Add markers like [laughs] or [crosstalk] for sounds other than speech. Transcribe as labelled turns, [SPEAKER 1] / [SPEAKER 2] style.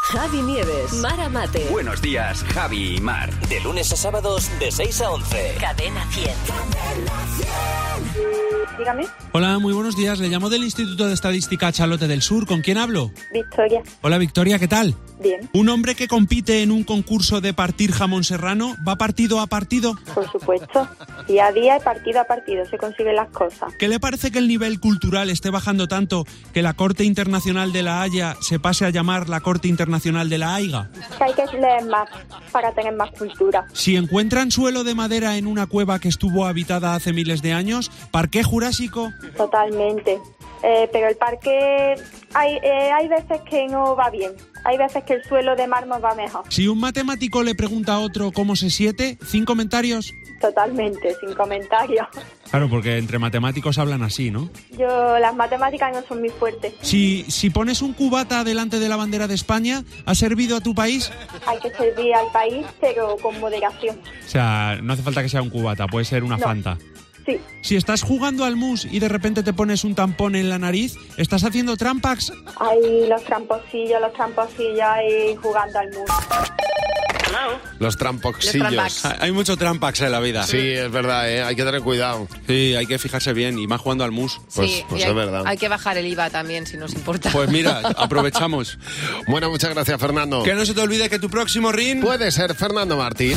[SPEAKER 1] Javi Nieves, Mara Mate,
[SPEAKER 2] Buenos días, Javi y Mar.
[SPEAKER 3] De lunes a sábados de 6 a 11.
[SPEAKER 1] Cadena 100.
[SPEAKER 4] Dígame,
[SPEAKER 5] Hola, muy buenos días. Le llamo del Instituto de Estadística Chalote del Sur. ¿Con quién hablo?
[SPEAKER 4] Victoria.
[SPEAKER 5] Hola, Victoria, ¿qué tal?
[SPEAKER 4] Bien,
[SPEAKER 5] Un hombre que compite en un concurso de partir jamón serrano va partido a partido.
[SPEAKER 4] por supuesto. Día a día y partido a partido se consiguen las cosas.
[SPEAKER 5] ¿Qué le parece que el nivel cultural esté bajando tanto que la Corte Internacional de la Haya se pase a llamar la Corte Internacional de la Haiga?
[SPEAKER 4] Que hay que leer más para tener más cultura.
[SPEAKER 5] Si encuentran suelo de madera en una cueva que estuvo habitada hace miles de años, parque jurásico.
[SPEAKER 4] Totalmente. Eh, pero el parque hay, eh, hay veces que no va bien. Hay veces que el suelo de mármol va mejor.
[SPEAKER 5] Si un matemático le pregunta a otro cómo se siete, ¿Cinco comentarios.
[SPEAKER 4] Totalmente, sin comentario.
[SPEAKER 5] Claro, porque entre matemáticos hablan así, ¿no?
[SPEAKER 4] Yo, las matemáticas no son muy fuertes.
[SPEAKER 5] Si, si pones un cubata delante de la bandera de España, ¿ha servido a tu país?
[SPEAKER 4] Hay que servir al país, pero con moderación.
[SPEAKER 5] O sea, no hace falta que sea un cubata, puede ser una
[SPEAKER 4] No.
[SPEAKER 5] fanta.
[SPEAKER 4] Sí,
[SPEAKER 5] Si estás jugando al mus y de repente te pones un tampón en la nariz, ¿estás haciendo trampas?
[SPEAKER 4] hay los tramposillos, los tramposillos ahí jugando al muro.
[SPEAKER 6] Los trampoxillos.
[SPEAKER 5] Hay mucho trampas en la vida.
[SPEAKER 6] Sí, es verdad, ¿eh? hay que tener cuidado.
[SPEAKER 5] Sí, hay que fijarse bien y más jugando al mus.
[SPEAKER 6] Pues,
[SPEAKER 7] sí,
[SPEAKER 6] pues
[SPEAKER 7] y
[SPEAKER 6] es
[SPEAKER 7] hay,
[SPEAKER 6] verdad.
[SPEAKER 7] hay que bajar el IVA también, si nos importa.
[SPEAKER 5] Pues mira, [laughs] aprovechamos.
[SPEAKER 6] Bueno, muchas gracias, Fernando.
[SPEAKER 5] Que no se te olvide que tu próximo ring...
[SPEAKER 6] Puede ser Fernando Martín.